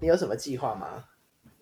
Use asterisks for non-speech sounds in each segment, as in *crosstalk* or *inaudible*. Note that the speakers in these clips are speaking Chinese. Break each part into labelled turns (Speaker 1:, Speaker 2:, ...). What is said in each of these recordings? Speaker 1: 你有什么计划吗？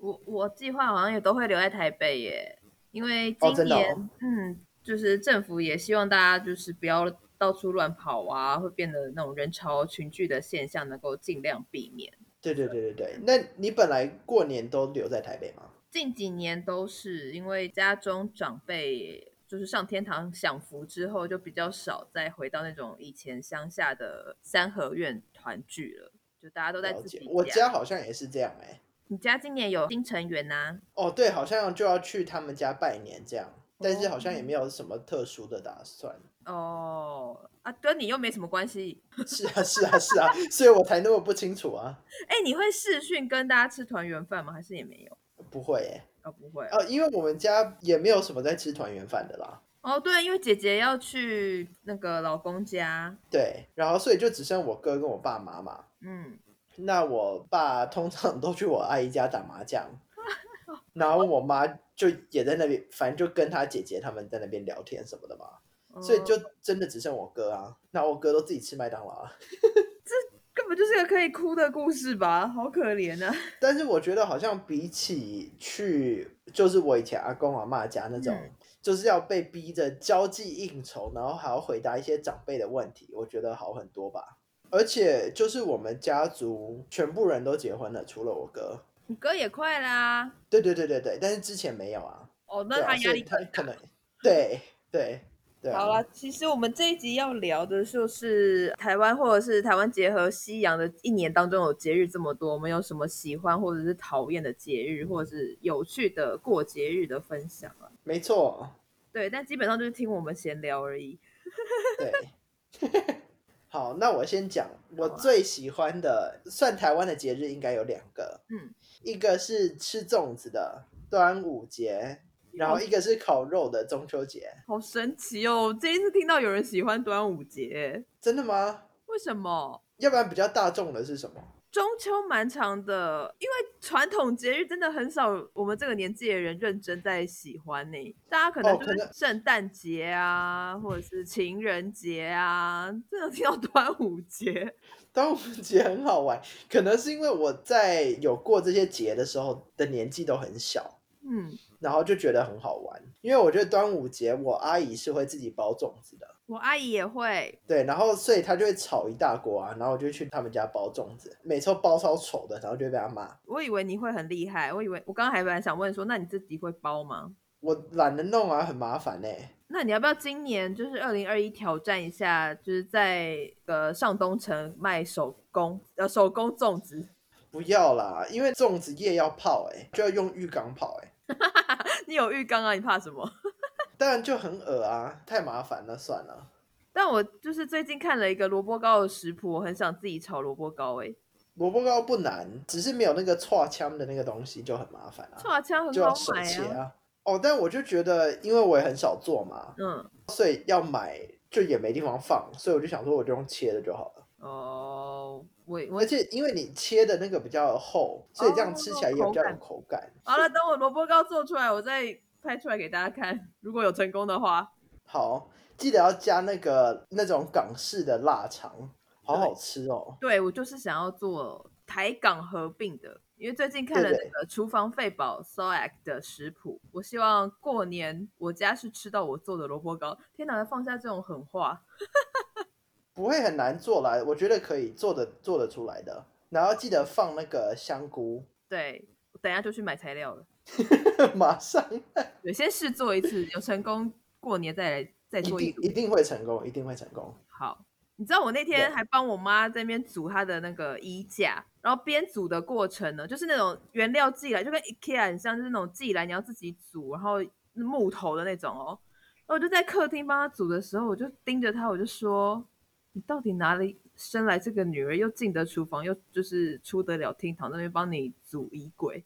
Speaker 2: 我我计划好像也都会留在台北耶，因为
Speaker 1: 哦
Speaker 2: 今
Speaker 1: 真的哦
Speaker 2: 年、嗯，就是政府也希望大家就是不要到处乱跑啊，会变得那种人潮群聚的现象能够尽量避免。
Speaker 1: 对对对对对，那你本来过年都留在台北吗？
Speaker 2: 近几年都是因为家中长辈就是上天堂享福之后，就比较少再回到那种以前乡下的三合院团聚了，就大家都在
Speaker 1: 了
Speaker 2: 自己
Speaker 1: 解
Speaker 2: 家。，
Speaker 1: 我家好像也是这样哎、
Speaker 2: 你家今年有新成员呐、
Speaker 1: 哦，对，好像就要去他们家拜年这样，但是好像也
Speaker 2: 哦
Speaker 1: 没有什么特殊的打算。
Speaker 2: 哦，啊，跟你又没什么关系。
Speaker 1: 是啊，是啊，
Speaker 2: *laughs*
Speaker 1: 是啊，所以我才那么不清楚啊。
Speaker 2: 哎，你会视讯跟大家吃团圆饭吗？还是也没有？
Speaker 1: 不会耶、
Speaker 2: 哦，不会哦。
Speaker 1: 哦，因为我们家也没有什么在吃团圆饭的啦。
Speaker 2: 哦，对，因为姐姐要去那个老公家，
Speaker 1: 对，然后所以就只剩我哥跟我爸妈嘛。
Speaker 2: 嗯，
Speaker 1: 那我爸通常都去我阿姨家打麻
Speaker 2: *laughs*
Speaker 1: 将，然后我妈就也在那边，反正就跟她姐姐他们在那边聊天什么的嘛。所以
Speaker 2: 哦
Speaker 1: 就真的只剩我哥啊，那我哥都自己吃麦当劳啊。 *laughs*
Speaker 2: 根本就是个可以哭的故事吧，好可怜啊。 *laughs*
Speaker 1: 但是我觉得好像比起去，就是我以前阿公阿妈家那种，
Speaker 2: 嗯
Speaker 1: 就是要被逼着交际应酬，然后还要回答一些长辈的问题，我觉得好很多吧。而且就是我们家族全部人都结婚了，除了我哥。
Speaker 2: 你哥也快啦，
Speaker 1: 对对对对对，但是之前没有啊。
Speaker 2: 哦，
Speaker 1: 对
Speaker 2: 那
Speaker 1: 啊，
Speaker 2: 他压
Speaker 1: 所
Speaker 2: 力
Speaker 1: 以他
Speaker 2: 更
Speaker 1: 可能对对对、啊。
Speaker 2: 好啦，其实我们这一集要聊的就是台湾，或者是台湾结合西洋的一年当中有节日这么多，我们有什么喜欢或者是讨厌的节日，或者是有趣的过节日的分享啊？
Speaker 1: 没错，
Speaker 2: 对，但基本上就是听我们闲聊而已。
Speaker 1: 对。 *laughs* 好，那我先讲我
Speaker 2: 好啊
Speaker 1: 最喜欢的，算台湾的节日应该有两个，
Speaker 2: 嗯，
Speaker 1: 一个是吃粽子的端午节，然
Speaker 2: 哦
Speaker 1: 后一个是烤肉的中秋节。
Speaker 2: 好神奇哦！我第一次听到有人喜欢端午节，
Speaker 1: 真的吗？
Speaker 2: 为什么？
Speaker 1: 要不然比较大众的是什么？
Speaker 2: 中秋蛮长的，因为传统节日真的很少，我们这个年纪的人认真在喜欢呢、大家可能
Speaker 1: 哦
Speaker 2: 就
Speaker 1: 可
Speaker 2: 是
Speaker 1: 能
Speaker 2: 圣诞节啊，或者是情人节啊，真的听到 *laughs* 端午节，
Speaker 1: 端午节很好玩，可能是因为我在有过这些节的时候的年纪都很小，
Speaker 2: 嗯，
Speaker 1: 然后就觉得很好玩。因为我觉得端午节我阿姨是会自己包粽子的，
Speaker 2: 我阿姨也会，
Speaker 1: 对，然后所以她就会炒一大锅啊，然后我就去他们家包粽子，每次都包超丑的，然后就会被她骂。
Speaker 2: 我以为你会很厉害，我以为我刚刚还本来想问说，那你自己会包吗？
Speaker 1: 我懒得弄啊，很麻烦呢、
Speaker 2: 那你要不要今年就是二零二一挑战一下，就是在呃上东城卖手工呃手工粽子？ *laughs*
Speaker 1: 不要啦，因为粽子叶要泡哎、就要用浴缸泡哎、
Speaker 2: 你有浴缸啊？你怕什么？ *laughs*
Speaker 1: 当然就很恶啊，太麻烦了，算了。
Speaker 2: 但我就是最近看了一个萝卜糕的食谱，我很想自己炒萝卜糕、欸。
Speaker 1: 萝卜糕不难，只是没有那个串枪的那个东西就很麻烦
Speaker 2: 哎，
Speaker 1: 啊，
Speaker 2: 串枪
Speaker 1: 就要
Speaker 2: 很好
Speaker 1: 手
Speaker 2: 买
Speaker 1: 切
Speaker 2: 啊。
Speaker 1: 啊。哦，但我就觉得，因为我也很少做嘛，
Speaker 2: 嗯，
Speaker 1: 所以要买就也没地方放，所以我就想说，我就用切的就好了。
Speaker 2: 哦，我我
Speaker 1: 而且因为你切的那个比较厚，所以这样
Speaker 2: 哦
Speaker 1: 吃起来也比较有
Speaker 2: 口感
Speaker 1: 口感。
Speaker 2: 好了，等我萝卜糕做出来，我再拍出来给大家看。如果有成功的话，啊
Speaker 1: 好，记得要加那个那种港式的腊肠，好好吃哦。
Speaker 2: 对我就是想要做台港合并的，因为最近看了
Speaker 1: 对
Speaker 2: 那
Speaker 1: 对
Speaker 2: 个厨房废宝 SOAC 的食谱，我希望过年我家是吃到我做的萝卜糕。天哪，放下这种狠话！
Speaker 1: 不会很难做来，我觉得可以做的做得出来的。然后记得放那个香菇， *laughs*
Speaker 2: 对，我等一下就去买材料了。
Speaker 1: 马上
Speaker 2: 对，先试做一次，有成功过年再来再
Speaker 1: 一
Speaker 2: 做一
Speaker 1: 定
Speaker 2: 组
Speaker 1: 一。定会成功，一定会成功。 *laughs*
Speaker 2: 好，你知道我那天
Speaker 1: 对
Speaker 2: 还帮我妈在那边组她的那个衣架，然后边组的过程呢，就是那种原料寄来，就跟 IKEA 很像，就是那种寄来你要自己组，然后木头的那种哦。然后我就在客厅帮她组的时候，我就盯着她，我就说：“你到底哪里生来这个女儿，又进得厨房，又就是出得了厅堂，那边帮你组衣柜？”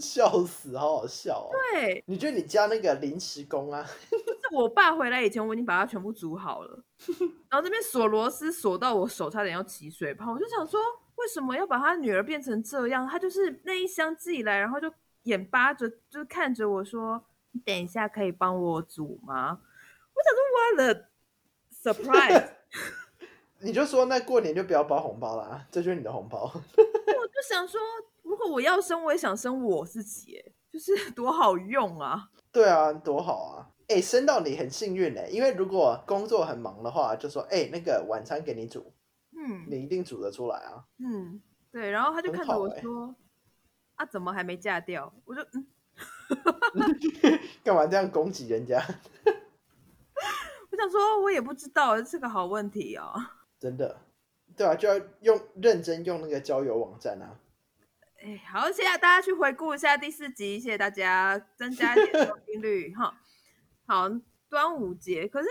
Speaker 1: 笑死，好好笑哦。
Speaker 2: 对，
Speaker 1: 你觉得你加那个临时工啊？
Speaker 2: 是我爸回来以前，我已经把它全部煮好
Speaker 1: *laughs*
Speaker 2: 了，然后这边锁螺丝锁到我手差点要起水泡，我就想说，为什么要把他女儿变成这样？他就是那一箱寄来，然后就眼巴着，就是看着我说：“你等一下可以帮我煮吗？”我想说，
Speaker 1: *laughs*
Speaker 2: what the surprise！
Speaker 1: 你就说那过年就不要包红包啦，这就是你的红包。
Speaker 2: 我就想说，如果我要生，我也想生我自己耶，就是 *laughs* 多好用啊！
Speaker 1: 对啊，多好啊！哎、生到你很幸运哎、因为如果工作很忙的话，就说哎、那个晚餐给你煮，
Speaker 2: 嗯
Speaker 1: 你一定煮得出来啊。
Speaker 2: 嗯，对。然后他就
Speaker 1: 很
Speaker 2: 看着
Speaker 1: 好欸
Speaker 2: 我
Speaker 1: 耶
Speaker 2: 说：“啊，怎么还没嫁掉？”我就嗯，
Speaker 1: 干嘛这样攻击人家？ *laughs*
Speaker 2: 我想说，我也不知道，这是个好问题哦。
Speaker 1: 真的，对啊，就要用认真用那个交友网站啊。
Speaker 2: 哎，好，谢谢大家去回顾一下第四集，谢谢大家增加一点收听率哈。好，端午节，可是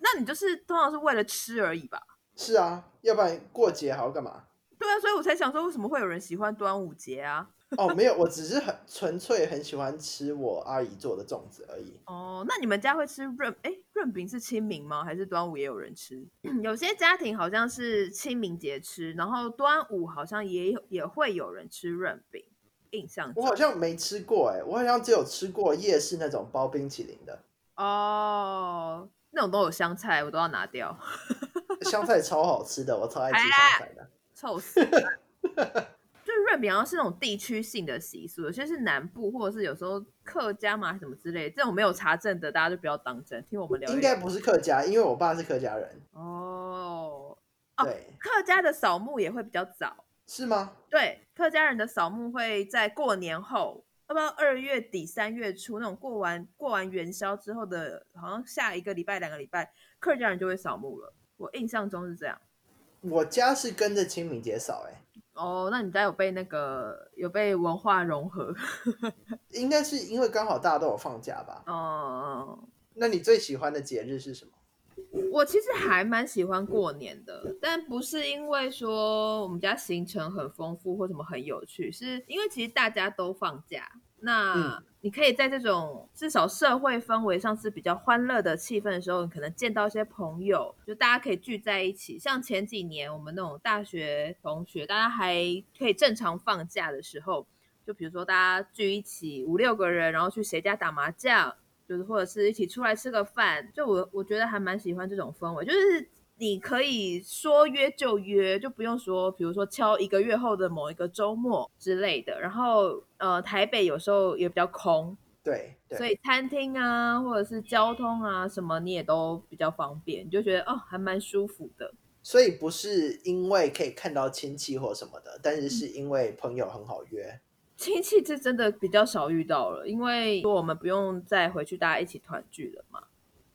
Speaker 2: 那你就是通常是为了吃而已吧？
Speaker 1: 是啊，要不然过节还要干嘛？
Speaker 2: 对啊，所以我才想说，为什么会有人喜欢端午节啊？
Speaker 1: 哦，没有，我只是很纯粹很喜欢吃我阿姨做的粽子而已。
Speaker 2: 哦，那你们家会吃润？哎，润饼是清明吗？还是端午也有人吃？ *clears throat* 有些家庭好像是清明节吃，然后端午好像也有也会有人吃润饼，印象
Speaker 1: 我
Speaker 2: 中
Speaker 1: 好像没吃过哎、我好像只有吃过夜市那种包冰淇淋的，
Speaker 2: 哦，那种都有香菜，我都要拿掉。
Speaker 1: 香菜超好吃的，我超爱吃
Speaker 2: 哎
Speaker 1: 香菜的。
Speaker 2: 臭
Speaker 1: *laughs*
Speaker 2: 死了！就是润饼好像是那种地区性的习俗，有些是南部，或者是有时候客家嘛什么之类的，这种没有查证的，大家就不要当真，听我们聊
Speaker 1: 应
Speaker 2: 聊。
Speaker 1: 该不是客家，因为我爸是客家人。
Speaker 2: 哦，哦
Speaker 1: 对，
Speaker 2: 客家的扫墓也会比较早，
Speaker 1: 是吗？
Speaker 2: 对，客家人的扫墓会在过年后，要不然二月底三月初那种过完过完元宵之后的，好像下一个礼拜两个礼拜，客家人就会扫墓了。我印象中是这样。
Speaker 1: 我家是跟着清明节扫哎、
Speaker 2: 哦，那你家有被那个有被文化融合？ *laughs*
Speaker 1: 应该是因为刚好大家都有放假吧？
Speaker 2: 哦、
Speaker 1: 那你最喜欢的节日是什么？
Speaker 2: 我其实还蛮喜欢过年的，但不是因为说我们家行程很丰富或什么很有趣，是因为其实大家都放假，那
Speaker 1: 嗯
Speaker 2: 你可以在这种至少社会氛围上是比较欢乐的气氛的时候，你可能见到一些朋友，就大家可以聚在一起。像前几年我们那种大学同学，大家还可以正常放假的时候，就比如说大家聚一起五六个人，然后去谁家打麻将，就是或者是一起出来吃个饭，就我我觉得还蛮喜欢这种氛围，就是你可以说约就约，就不用说，比如说敲一个月后的某一个周末之类的。然后呃，台北有时候也比较空，
Speaker 1: 对对，
Speaker 2: 所以餐厅啊或者是交通啊什么你也都比较方便，你就觉得哦还蛮舒服的。
Speaker 1: 所以不是因为可以看到亲戚或什么的，但
Speaker 2: 嗯
Speaker 1: 是是因为朋友很好约。
Speaker 2: 亲戚这真的比较少遇到了，因为我们不用再回去大家一起团聚了嘛，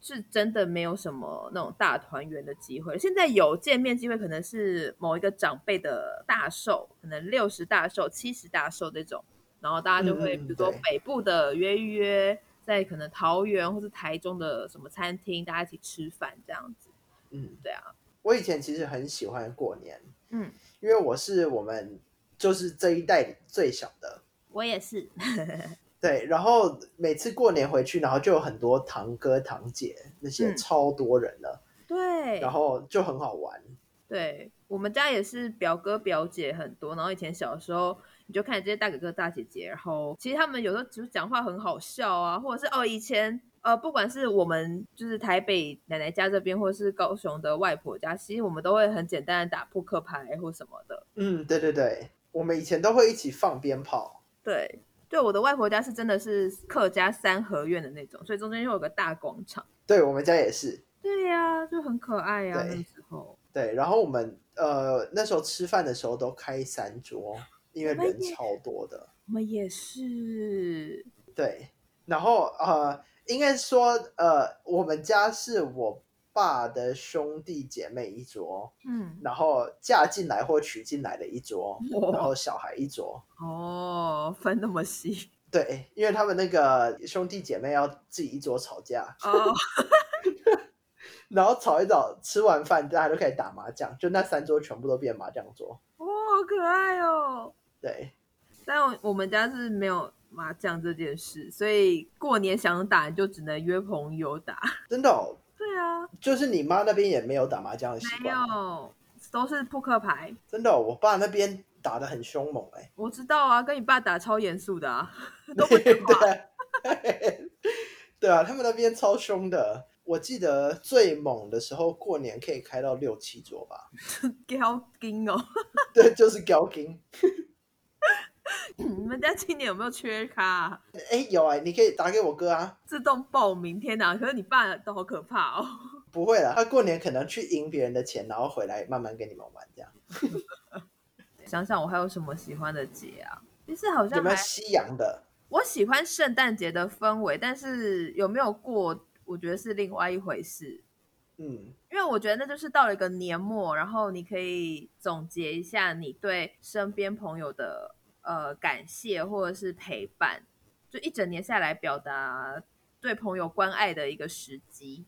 Speaker 2: 是真的没有什么那种大团圆的机会。现在有见面机会，可能是某一个长辈的大寿，可能六十大寿、七十大寿这种，然后大家就
Speaker 1: 嗯
Speaker 2: 会
Speaker 1: 嗯嗯
Speaker 2: 比如说
Speaker 1: 对
Speaker 2: 北部的约一约，在可能桃园或是台中的什么餐厅，大家一起吃饭这样子。
Speaker 1: 嗯，
Speaker 2: 对啊，
Speaker 1: 我以前其实很喜欢过年，
Speaker 2: 嗯，
Speaker 1: 因为我是我们就是这一代里最小的。
Speaker 2: 我也是， *laughs*
Speaker 1: 对，然后每次过年回去，然后就有很多堂哥堂姐那些
Speaker 2: 嗯
Speaker 1: 超多人了，
Speaker 2: 对，
Speaker 1: 然后就很好玩。
Speaker 2: 对我们家也是表哥表姐很多，然后以前小时候你就看这些大哥哥大姐姐，然后其实他们有时候就是讲话很好笑啊，或者是哦以前呃不管是我们就是台北奶奶家这边，或者是高雄的外婆家，其实我们都会很简单的打扑克牌或什么的。
Speaker 1: 嗯，对对对，我们以前都会一起放鞭炮。
Speaker 2: 对，对，我的外婆家是真的是客家三合院的那种，所以中间又有个大广场。
Speaker 1: 对我们家也是，
Speaker 2: 对呀、就很可爱呀、啊，那
Speaker 1: 对
Speaker 2: 个时候。
Speaker 1: 对，然后我们呃那时候吃饭的时候都开三桌，因为
Speaker 2: 我们
Speaker 1: 人
Speaker 2: 也
Speaker 1: 超多的。
Speaker 2: 我们也是，
Speaker 1: 对，然后呃，应该说呃，我们家是我爸的兄弟姐妹一桌，
Speaker 2: 嗯，
Speaker 1: 然后嫁进来或娶进来的一桌，然
Speaker 2: 哇
Speaker 1: 后小孩一桌。
Speaker 2: 哦，分那么细。
Speaker 1: 对，因为他们那个兄弟姐妹要自己一桌吵架，
Speaker 2: 哦，
Speaker 1: 然后吵一吵，吃完饭大家就开始打麻将，就那三桌全部都变麻将桌。
Speaker 2: 哇，好可爱哦！
Speaker 1: 对，
Speaker 2: 但我我们家是没有麻将这件事，所以过年想打你就只能约朋友打。
Speaker 1: 真的、哦，
Speaker 2: 对啊，
Speaker 1: 就是你妈那边也没有打麻将的习
Speaker 2: 没
Speaker 1: 惯吗，
Speaker 2: 有，都是扑克牌。
Speaker 1: 真的哦、我爸那边打的很凶猛哎、
Speaker 2: 我知道啊，跟你爸打超严肃的啊，都不
Speaker 1: 对
Speaker 2: 讲话。
Speaker 1: 啊， *laughs* 对 *laughs* 啊，他们那边超凶的。我记得最猛的时候，过年可以开到六七桌吧？ *laughs*
Speaker 2: 给好惊哦。
Speaker 1: 对，就是高金。
Speaker 2: 嗯你们家今年有没有缺咖啊、
Speaker 1: 哎，有哎、你可以打给我哥啊。
Speaker 2: 自动报名？天哪！可是你爸都好可怕哦。 *laughs*
Speaker 1: 不会啦，他过年可能去赢别人的钱，然后回来慢慢跟你们玩这样。
Speaker 2: 想想我还有什么喜欢的节啊？其实好
Speaker 1: 有
Speaker 2: 像
Speaker 1: 没
Speaker 2: 还
Speaker 1: 有西洋的？
Speaker 2: 我喜欢圣诞节的氛围，但是有没有过，我觉得是另外一回事。
Speaker 1: 嗯，
Speaker 2: 因为我觉得那就是到了一个年末，然后你可以总结一下你对身边朋友的呃感谢或者是陪伴，就一整年下来表达对朋友关爱的一个时机。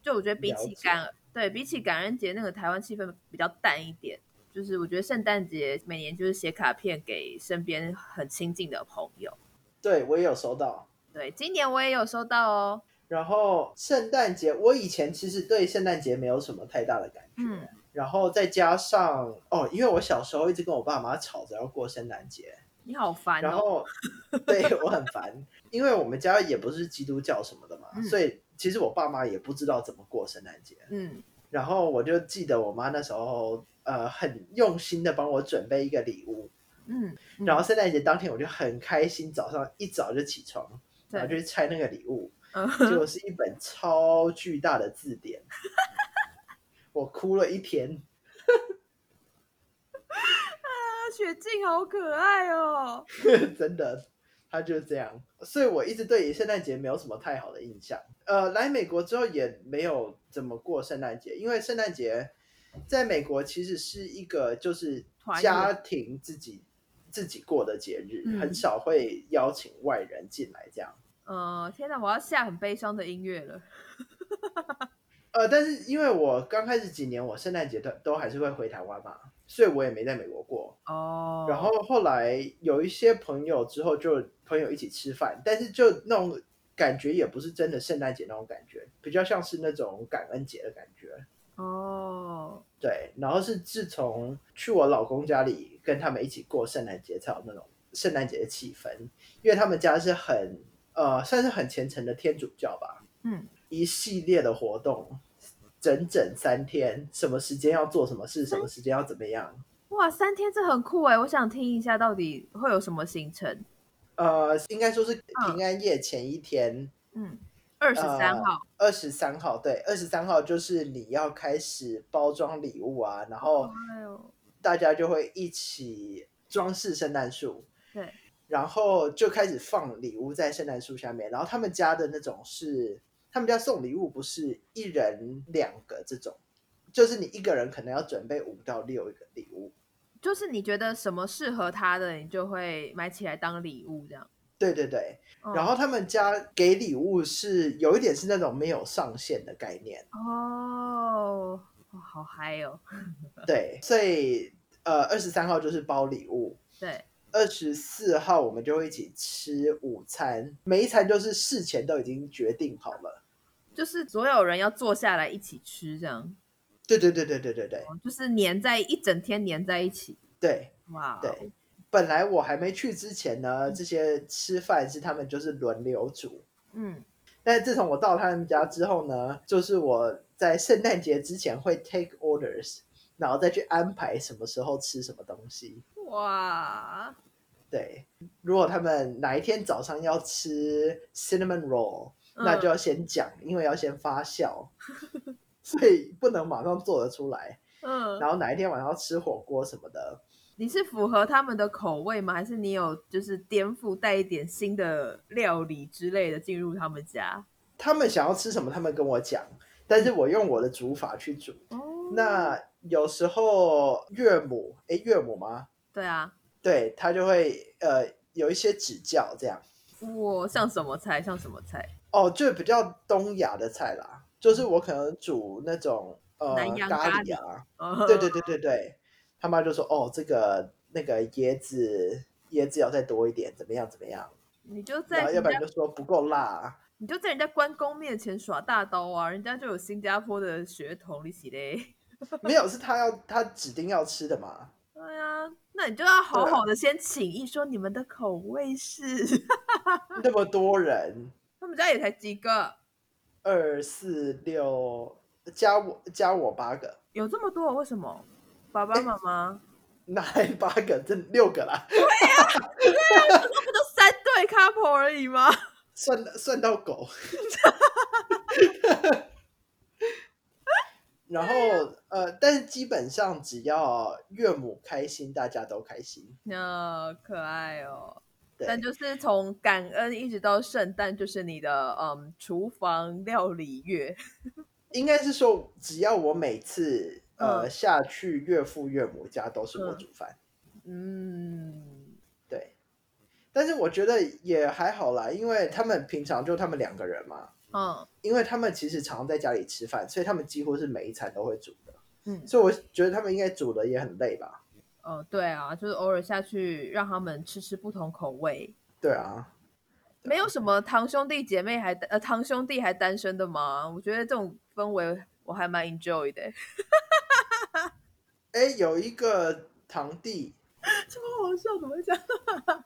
Speaker 2: 就我觉得比
Speaker 1: 了
Speaker 2: 起
Speaker 1: 解
Speaker 2: 感对比起感恩节那个台湾气氛比较淡一点，就是我觉得圣诞节每年就是写卡片给身边很亲近的朋友。
Speaker 1: 对我也有收到。
Speaker 2: 对，今年我也有收到哦。
Speaker 1: 然后圣诞节，我以前其实对圣诞节没有什么太大的感觉。
Speaker 2: 嗯，
Speaker 1: 然后再加上哦，因为我小时候一直跟我爸妈吵着要过圣诞节，
Speaker 2: 你好烦
Speaker 1: 然
Speaker 2: 哦。 *laughs*
Speaker 1: 后对我很烦，因为我们家也不是基督教什么的嘛，
Speaker 2: 嗯
Speaker 1: 所以其实我爸妈也不知道怎么过圣诞节。
Speaker 2: 嗯
Speaker 1: 然后我就记得我妈那时候呃很用心的帮我准备一个礼物，
Speaker 2: 嗯，嗯
Speaker 1: 然后圣诞节当天我就很开心，早上一早就起床，然后就
Speaker 2: 对，
Speaker 1: 去拆那个礼物，
Speaker 2: 嗯
Speaker 1: 结果是一本超巨大的字典，我哭了一天。 *laughs*
Speaker 2: 雪镜好可爱哦。
Speaker 1: 真的，他就是这样。所以我一直对圣诞节没有什么太好的印象。呃，来美国之后也没有怎么过圣诞节，因为圣诞节在美国其实是一个就是
Speaker 2: 团圆
Speaker 1: 家庭自己自己过的节日，
Speaker 2: 嗯
Speaker 1: 很少会邀请外人进来这样。
Speaker 2: 呃，天哪，我要下很悲伤的音乐了。
Speaker 1: 呃，但是因为我刚开始几年，我圣诞节都都还是会回台湾嘛，所以我也没在美国过。
Speaker 2: 哦，
Speaker 1: 然后后来有一些朋友之后就朋友一起吃饭，但是就那种感觉也不是真的圣诞节那种感觉，比较像是那种感恩节的感觉。嗯
Speaker 2: 哦，
Speaker 1: 对，然后是自从去我老公家里跟他们一起过圣诞节，才有那种圣诞节的气氛，因为他们家是很呃算是很虔诚的天主教吧，
Speaker 2: 嗯，
Speaker 1: 一系列的活动。整整三天，什么时间要做什么事，什么时间要怎么样，
Speaker 2: 哇，三天这很酷哎，我想听一下到底会有什么行程。
Speaker 1: 呃，应该说是平安夜前一天，
Speaker 2: 嗯，二十三
Speaker 1: 呃
Speaker 2: 号。
Speaker 1: 二十三号，对，二十三号就是你要开始包装礼物啊，然后
Speaker 2: 哎呦，
Speaker 1: 大家就会一起装饰圣诞树，
Speaker 2: 对，
Speaker 1: 然后就开始放礼物在圣诞树下面。然后他们家的那种是，他们家送礼物不是一人两个这种，就是你一个人可能要准备五到六个礼物。
Speaker 2: 就是你觉得什么适合他的，你就会买起来当礼物这样。
Speaker 1: 对对对，
Speaker 2: 嗯
Speaker 1: 然后他们家给礼物是有一点是那种没有上限的概念。
Speaker 2: 哦，哇好嗨哦。
Speaker 1: 对，所以呃，二十三号就是包礼物，
Speaker 2: 对，
Speaker 1: 二十四号我们就会一起吃午餐，每一餐就是事前都已经决定好了。
Speaker 2: 就是所有人要坐下来一起吃这样。
Speaker 1: 对对对对对对对
Speaker 2: 哦就是粘在一整天粘在一起。
Speaker 1: 对
Speaker 2: 哇，哦
Speaker 1: 对，。本来我还没去之前呢，这些吃饭是他们就是轮流煮，
Speaker 2: 嗯，
Speaker 1: 但自从我到他们家之后呢，就是我在圣诞节之前会 take orders，然后再去安排什么时候吃什么东西。
Speaker 2: 哇，
Speaker 1: 对，如果他们哪一天早上要吃 cinnamon roll，、
Speaker 2: 嗯
Speaker 1: 那就要先讲，因为要先发酵， *laughs* 所以不能马上做得出来。
Speaker 2: 嗯，
Speaker 1: 然后哪一天晚上要吃火锅什么的，
Speaker 2: 你是符合他们的口味吗？还是你有就是颠覆带一点新的料理之类的进入他们家？
Speaker 1: 他们想要吃什么，他们跟我讲，但是我用我的煮法去煮。
Speaker 2: 哦
Speaker 1: 那有时候岳母，诶，岳母吗？
Speaker 2: 对啊，
Speaker 1: 对，她就会呃有一些指教这样。
Speaker 2: 我像什么菜像什么菜，
Speaker 1: 哦，就比较东亚的菜啦，就是我可能煮那种呃
Speaker 2: 南洋
Speaker 1: 咖
Speaker 2: 咖
Speaker 1: 喱啊，
Speaker 2: 哦
Speaker 1: 对对对对对，他妈就说哦，这个那个椰子椰子要再多一点，怎么样怎么样？
Speaker 2: 你就
Speaker 1: 然
Speaker 2: 在
Speaker 1: 后要
Speaker 2: 人
Speaker 1: 不然
Speaker 2: 家
Speaker 1: 就说不够
Speaker 2: *laughs*
Speaker 1: 辣，
Speaker 2: 你就在人家关公面前耍大刀啊，人家就有新加坡的血统，你洗嘞。
Speaker 1: 没有是他要他指定要吃的嘛？
Speaker 2: 对啊，那你就要好
Speaker 1: 对啊
Speaker 2: 好的先请意，说你们的口味是， *laughs* 啊
Speaker 1: 那么多人，
Speaker 2: 他们家也才几个，
Speaker 1: 二四六加我加我八个，
Speaker 2: *laughs* 有这么多？为什么？爸爸妈妈？
Speaker 1: 哪来八个？这六个啦，
Speaker 2: 不就三对 couple 而已吗？
Speaker 1: 算算到狗。 *laughs* 然后呃，但是基本上只要岳母开心，大家都开心。
Speaker 2: *laughs* 那可爱哦。
Speaker 1: 对
Speaker 2: 但就是从感恩一直到圣诞，就是你的嗯厨房料理月，
Speaker 1: 应该是说，只要我每次呃、
Speaker 2: 嗯
Speaker 1: 下去岳父岳母家，都是我
Speaker 2: 嗯
Speaker 1: 煮饭。
Speaker 2: 嗯，
Speaker 1: 对，但是我觉得也还好啦，因为他们平常就他们两个人嘛，
Speaker 2: 嗯
Speaker 1: 因为他们其实常在家里吃饭，所以他们几乎是每一餐都会煮的，
Speaker 2: 嗯，
Speaker 1: 所以我觉得他们应该煮的也很累吧？
Speaker 2: 哦，对啊，就是偶尔下去让他们吃吃不同口味，
Speaker 1: 对啊，
Speaker 2: 没有什么堂兄弟姐妹还呃堂兄弟还单身的吗？我觉得这种氛围我还蛮 enjoy 的。欸 *laughs*
Speaker 1: 哎，有一个堂弟，
Speaker 2: 这么好笑，怎么会这样？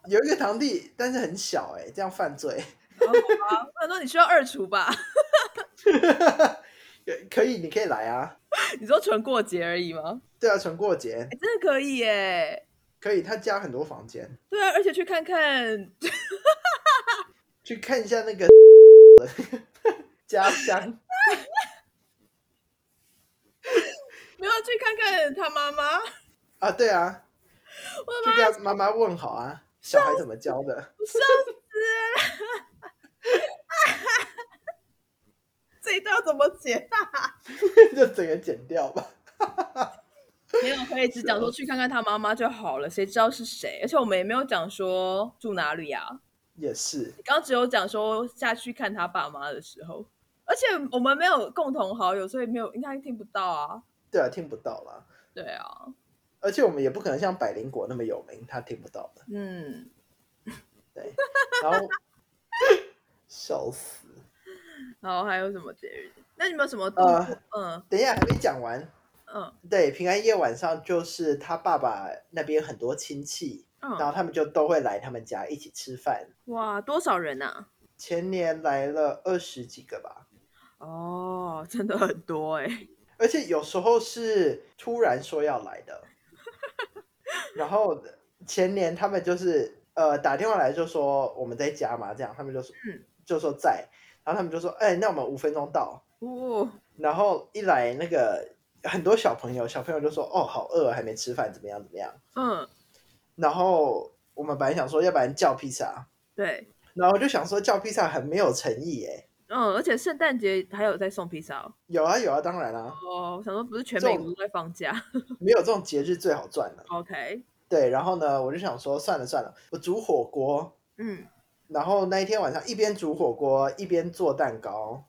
Speaker 1: 有一个堂弟，但是很小哎、这样犯罪 *laughs*
Speaker 2: 好吧， *laughs* 那你需要二厨吧？ *laughs*
Speaker 1: 也可以，你可以来啊。
Speaker 2: 你说纯过节而已吗？
Speaker 1: 对啊，纯过节
Speaker 2: 哎，真的可以耶！
Speaker 1: 可以，他家很多房间，
Speaker 2: 对啊，而且去看看， *laughs*
Speaker 1: 去看一下那个 *laughs* 家乡。
Speaker 2: 没有啊去看看他妈妈。
Speaker 1: 啊，对啊，
Speaker 2: 我
Speaker 1: 就跟他妈妈问好啊，小孩怎么教的？ *laughs*
Speaker 2: 这一段要怎么解？
Speaker 1: 就整个剪掉吧。
Speaker 2: *laughs* 没有，可以只讲说去看看他妈妈就好了，谁知道是谁？而且我们也没有讲说住哪里啊，
Speaker 1: 也是，
Speaker 2: 刚刚只有讲说下去看他爸妈的时候，而且我们没有共同好友，所以没有应该听不到啊。
Speaker 1: 对啊，听不到啦。
Speaker 2: 对啊，
Speaker 1: 而且我们也不可能像百灵果那么有名，他听不到的。
Speaker 2: 嗯，
Speaker 1: 对，然后 *laughs* 笑死。
Speaker 2: 然后还有什么节日？那你们有什么度
Speaker 1: 呃
Speaker 2: 过？嗯
Speaker 1: 等一下还没讲完。
Speaker 2: 嗯
Speaker 1: 对，平安夜晚上就是他爸爸那边很多亲戚，然
Speaker 2: 嗯，
Speaker 1: 后他们就都会来他们家一起吃饭。
Speaker 2: 哇，多少人啊呐、
Speaker 1: 前年来了二十几个吧，
Speaker 2: 哦，真的很多哎、
Speaker 1: 而且有时候是突然说要来的，然后前年他们就是呃打电话来就说我们在家嘛，这样他们就说、
Speaker 2: 嗯
Speaker 1: 就说在，然后他们就说哎、那我们五分钟到，
Speaker 2: 哦，
Speaker 1: 然后一来那个很多小朋友，小朋友就说哦好饿，还没吃饭，怎么样怎么样，
Speaker 2: 嗯，
Speaker 1: 然后我们本来想说要不然叫披萨，
Speaker 2: 对，
Speaker 1: 然后我就想说叫披萨很没有诚意哎，
Speaker 2: 嗯，而且圣诞节还有在送披萨哦。
Speaker 1: 有啊有啊，当然啦、
Speaker 2: 哦，我想说不是全
Speaker 1: 这
Speaker 2: 美
Speaker 1: 种
Speaker 2: 国都在放假
Speaker 1: 没有这种节日最好赚啊了。
Speaker 2: ？OK，
Speaker 1: 对，然后呢，我就想说算了算了，我煮火锅，
Speaker 2: 嗯，
Speaker 1: 然后那一天晚上一边煮火锅一边做蛋糕，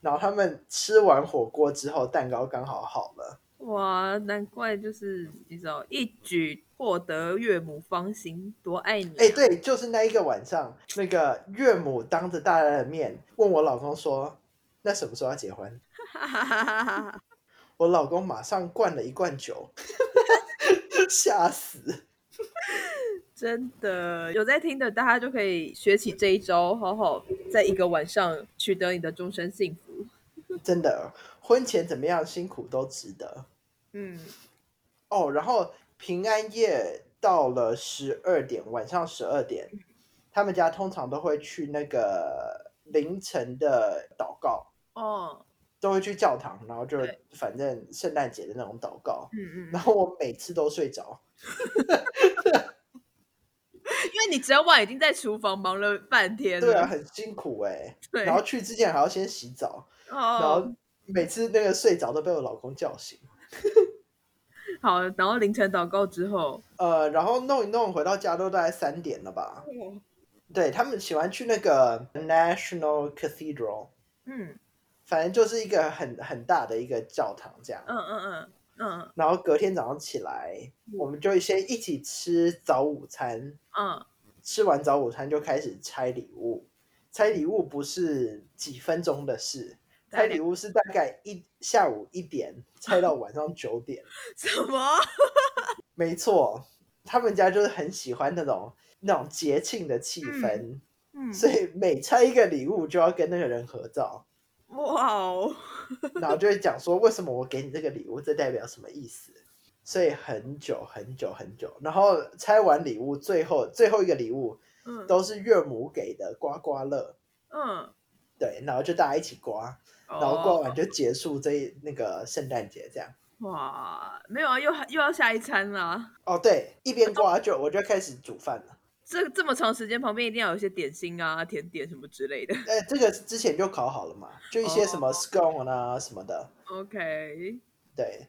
Speaker 1: 然后他们吃完火锅之后，蛋糕刚好好了。
Speaker 2: 哇，难怪就是你知道一举获得岳母芳心，多爱你、啊。
Speaker 1: 哎，对，就是那一个晚上，那个岳母当着大家的面问我老公说：“那什么时候要结婚
Speaker 2: 哈哈哈哈哈哈！？”
Speaker 1: 我老公马上灌了一罐酒， *laughs* 吓死！
Speaker 2: 真的有在听的，大家就可以学起这一招，好好在一个晚上取得你的终身幸福。
Speaker 1: 真的，婚前怎么样辛苦都值得
Speaker 2: 嗯，
Speaker 1: 哦。然后平安夜到了十二点，晚上十二点，
Speaker 2: 嗯
Speaker 1: 他们家通常都会去那个凌晨的祷告。
Speaker 2: 哦，
Speaker 1: 都会去教堂，然后就
Speaker 2: 对
Speaker 1: 反正圣诞节的那种祷告，
Speaker 2: 嗯嗯，
Speaker 1: 然后我每次都睡着，
Speaker 2: 因为你整晚已经在厨房忙了半天
Speaker 1: *laughs*
Speaker 2: 了，
Speaker 1: 对啊，很辛苦哎、
Speaker 2: 对，
Speaker 1: 然后去之前还要先洗澡，然
Speaker 2: 哦
Speaker 1: 后，每次那个睡着都被我老公叫醒。
Speaker 2: 好，然后凌晨祷告之后，
Speaker 1: 呃，然后弄一弄，回到家都大概三点了吧。对他们喜欢去那个 National Cathedral，
Speaker 2: 嗯
Speaker 1: 反正就是一个很很大的一个教堂这样。
Speaker 2: 嗯嗯嗯嗯
Speaker 1: 然后隔天早上起来，我们就先一起吃早午餐，
Speaker 2: 嗯，
Speaker 1: 吃完早午餐就开始拆礼物，拆礼物不是几分钟的事，
Speaker 2: 大概
Speaker 1: 拆礼物是大概一下午一点拆到晚上九点。 *laughs*
Speaker 2: 什么？
Speaker 1: 没错，他们家就是很喜欢那种那种节庆的气氛，
Speaker 2: 嗯，
Speaker 1: 所以每拆一个礼物就要跟那个人合照，
Speaker 2: 哇哦，
Speaker 1: 然后就会讲说为什么我给你这个礼物，这代表什么意思。所以很久很久很久。然后拆完礼物，最后最后一个礼物
Speaker 2: 嗯
Speaker 1: 都是岳母给的刮刮乐，
Speaker 2: 嗯，
Speaker 1: 对，然后就大家一起刮，然后刮完就结束这一那个圣诞节这样。
Speaker 2: 哦哇，没有啊，又又要下一餐啦。
Speaker 1: 哦，对，一边刮就我就开始煮饭了。
Speaker 2: 这这么长时间，旁边一定要有一些点心啊、甜点什么之类的。
Speaker 1: 呃，这个之前就烤好了嘛，就一些什么
Speaker 2: 哦
Speaker 1: scone 啊什么的，
Speaker 2: OK，
Speaker 1: 对。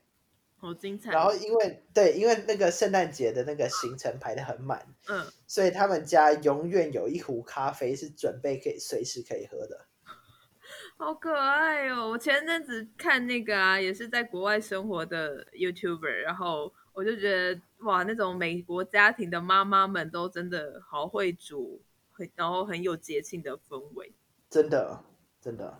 Speaker 2: 好精彩。
Speaker 1: 然后因为对，因为那个圣诞节的那个行程排得很满，
Speaker 2: 嗯，
Speaker 1: 所以他们家永远有一壶咖啡是准备可以随时可以喝的。
Speaker 2: 好可爱哦！我前阵子看那个啊，也是在国外生活的 YouTuber，然后我就觉得哇，那种美国家庭的妈妈们都真的好会煮，很然后很有节庆的氛围，
Speaker 1: 真的，真的，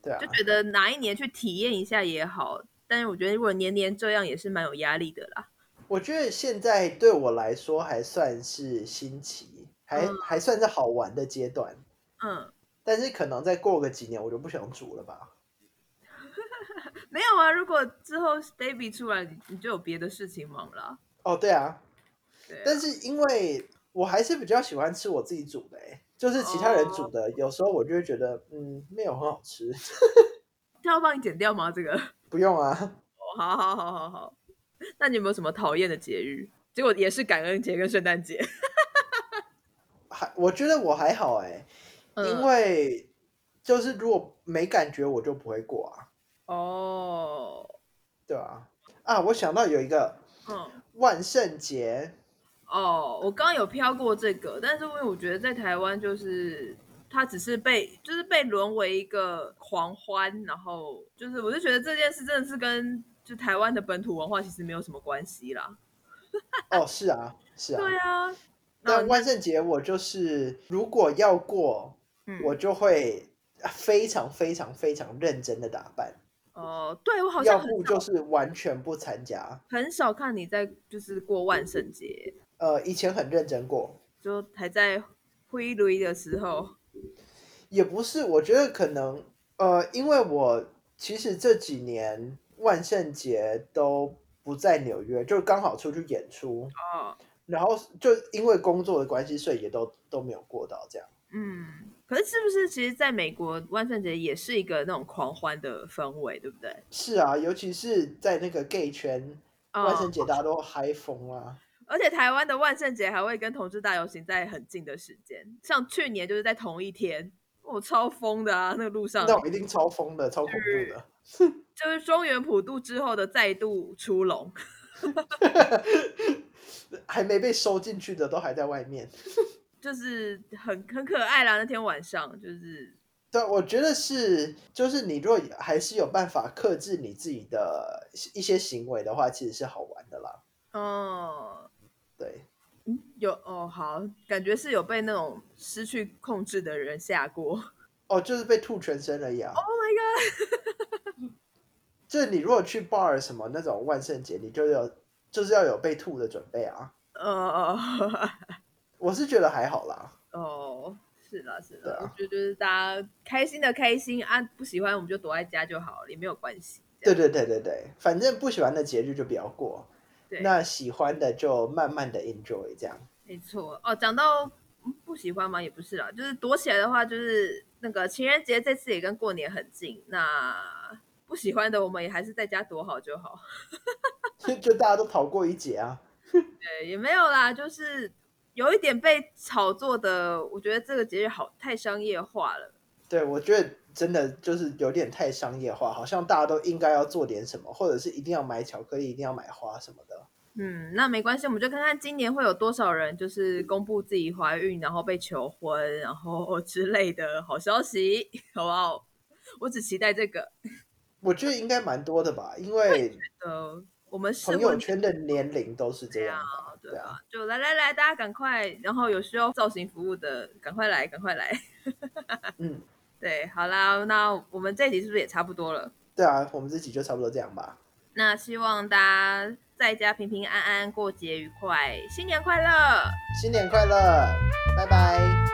Speaker 1: 对啊
Speaker 2: 就，觉得哪一年去体验一下也好。但是我觉得如果年年这样也是蛮有压力的啦。
Speaker 1: 我觉得现在对我来说还算是新奇，还、
Speaker 2: 嗯
Speaker 1: 还算是好玩的阶段。
Speaker 2: 嗯，
Speaker 1: 但是可能再过个几年，我就不想煮了吧？
Speaker 2: 没有啊，如果之后 baby 出来，你你就有别的事情忙了啊。
Speaker 1: 哦，对啊，
Speaker 2: 对啊、
Speaker 1: 但是因为我还是比较喜欢吃我自己煮的、欸，就是其他人煮的，
Speaker 2: 哦
Speaker 1: 有时候我就会觉得，嗯，没有很好吃。
Speaker 2: 他要帮你剪掉吗？这个？
Speaker 1: 不用啊，
Speaker 2: 好好好好好，那你有没有什么讨厌的节日？结果也是感恩节跟圣诞节，
Speaker 1: 还我觉得我还好哎、
Speaker 2: 嗯
Speaker 1: 因为就是如果没感觉，我就不会过啊，
Speaker 2: 哦，
Speaker 1: 对啊，啊，我想到有一个
Speaker 2: 嗯，
Speaker 1: 万圣节，
Speaker 2: 哦，我刚刚有飘过这个，但是因为我觉得在台湾就是它只是被就是被沦为一个狂欢，然后就是我就觉得这件事真的是跟就台湾的本土文化其实没有什么关系啦。
Speaker 1: 哦，是啊，是啊，
Speaker 2: 对啊，
Speaker 1: 但
Speaker 2: 那
Speaker 1: 万圣节我就是如果要过，
Speaker 2: 嗯
Speaker 1: 我就会非常非常非常认真的打扮，
Speaker 2: 哦，对我好
Speaker 1: 要
Speaker 2: 像很
Speaker 1: 不
Speaker 2: 少
Speaker 1: 就是完全不参加。
Speaker 2: 很少看你在就是过万圣节，
Speaker 1: 呃，以前很认真过，
Speaker 2: 就还在挥泪的时候。
Speaker 1: 也不是，我觉得可能呃，因为我其实这几年万圣节都不在纽约，就刚好出去演出，
Speaker 2: 哦，
Speaker 1: 然后就因为工作的关系，所以也都都没有过到这样。
Speaker 2: 嗯，可是是不是其实在美国万圣节也是一个那种狂欢的氛围，对不对？
Speaker 1: 是啊，尤其是在那个 gay 圈，万圣
Speaker 2: 哦，
Speaker 1: 节大家都嗨疯啊啦。
Speaker 2: 而且台湾的万圣节还会跟同志大游行在很近的时间，像去年就是在同一天，我超疯的啊！那个路上
Speaker 1: 那我一定超疯的，超恐怖的。
Speaker 2: 就是中原普渡之后的再度出笼，
Speaker 1: 还没被收进去的都还在外面。
Speaker 2: 就是很很可爱啦。那天晚上就是
Speaker 1: 对，我觉得是，就是你若还是有办法克制你自己的一些行为的话，其实是好玩的啦。
Speaker 2: 哦。
Speaker 1: 对，
Speaker 2: 有哦，好，感觉是有被那种失去控制的人吓过。Oh
Speaker 1: 哦，就是被吐全身而已啊。
Speaker 2: my god！
Speaker 1: *laughs* 就是你如果去 bar 什么那种万圣节，你就有就是要有被吐的准备啊。
Speaker 2: 呃，
Speaker 1: 我是觉得还好啦。
Speaker 2: 哦，是啦是
Speaker 1: 对
Speaker 2: 啦，
Speaker 1: 啊
Speaker 2: 我觉得就是大家开心的开心啊，不喜欢我们就躲在家就好了，也没有关系。这
Speaker 1: 对
Speaker 2: 样
Speaker 1: 对对对对，反正不喜欢的节日就不要过，
Speaker 2: 对
Speaker 1: 那喜欢的就慢慢的 enjoy 这样。 *laughs*
Speaker 2: 没错。哦，讲到嗯不喜欢嘛，也不是啦，就是躲起来的话，就是那个情人节这次也跟过年很近，那不喜欢的我们也还是在家躲好就好。
Speaker 1: 就就大家都逃过一劫啊。
Speaker 2: 对，也没有啦，就是有一点被炒作的，我觉得这个节日好太商业化了。
Speaker 1: 对，我觉得真的就是有点太商业化，好像大家都应该要做点什么，或者是一定要买巧克力，一定要买花什么的。
Speaker 2: 嗯，那没关系，我们就看看今年会有多少人就是公布自己怀孕，然后被求婚，然后 *laughs* 之类的好消息，好不好？我只期待这个。
Speaker 1: 我觉得应该蛮多的吧，因为
Speaker 2: 呃，我们是
Speaker 1: 朋友圈的年龄都是这样吧。
Speaker 2: 对啊，就来来来，大家赶快，然后有需要造型服务的，赶快来，赶快来。 *laughs*
Speaker 1: 嗯，
Speaker 2: 对，好啦，那我们这一集是不是也差不多了？
Speaker 1: 对啊，我们这集就差不多这样吧。
Speaker 2: 那希望大家在家平平安安过节愉快，新年快乐！
Speaker 1: 新年快乐，拜拜。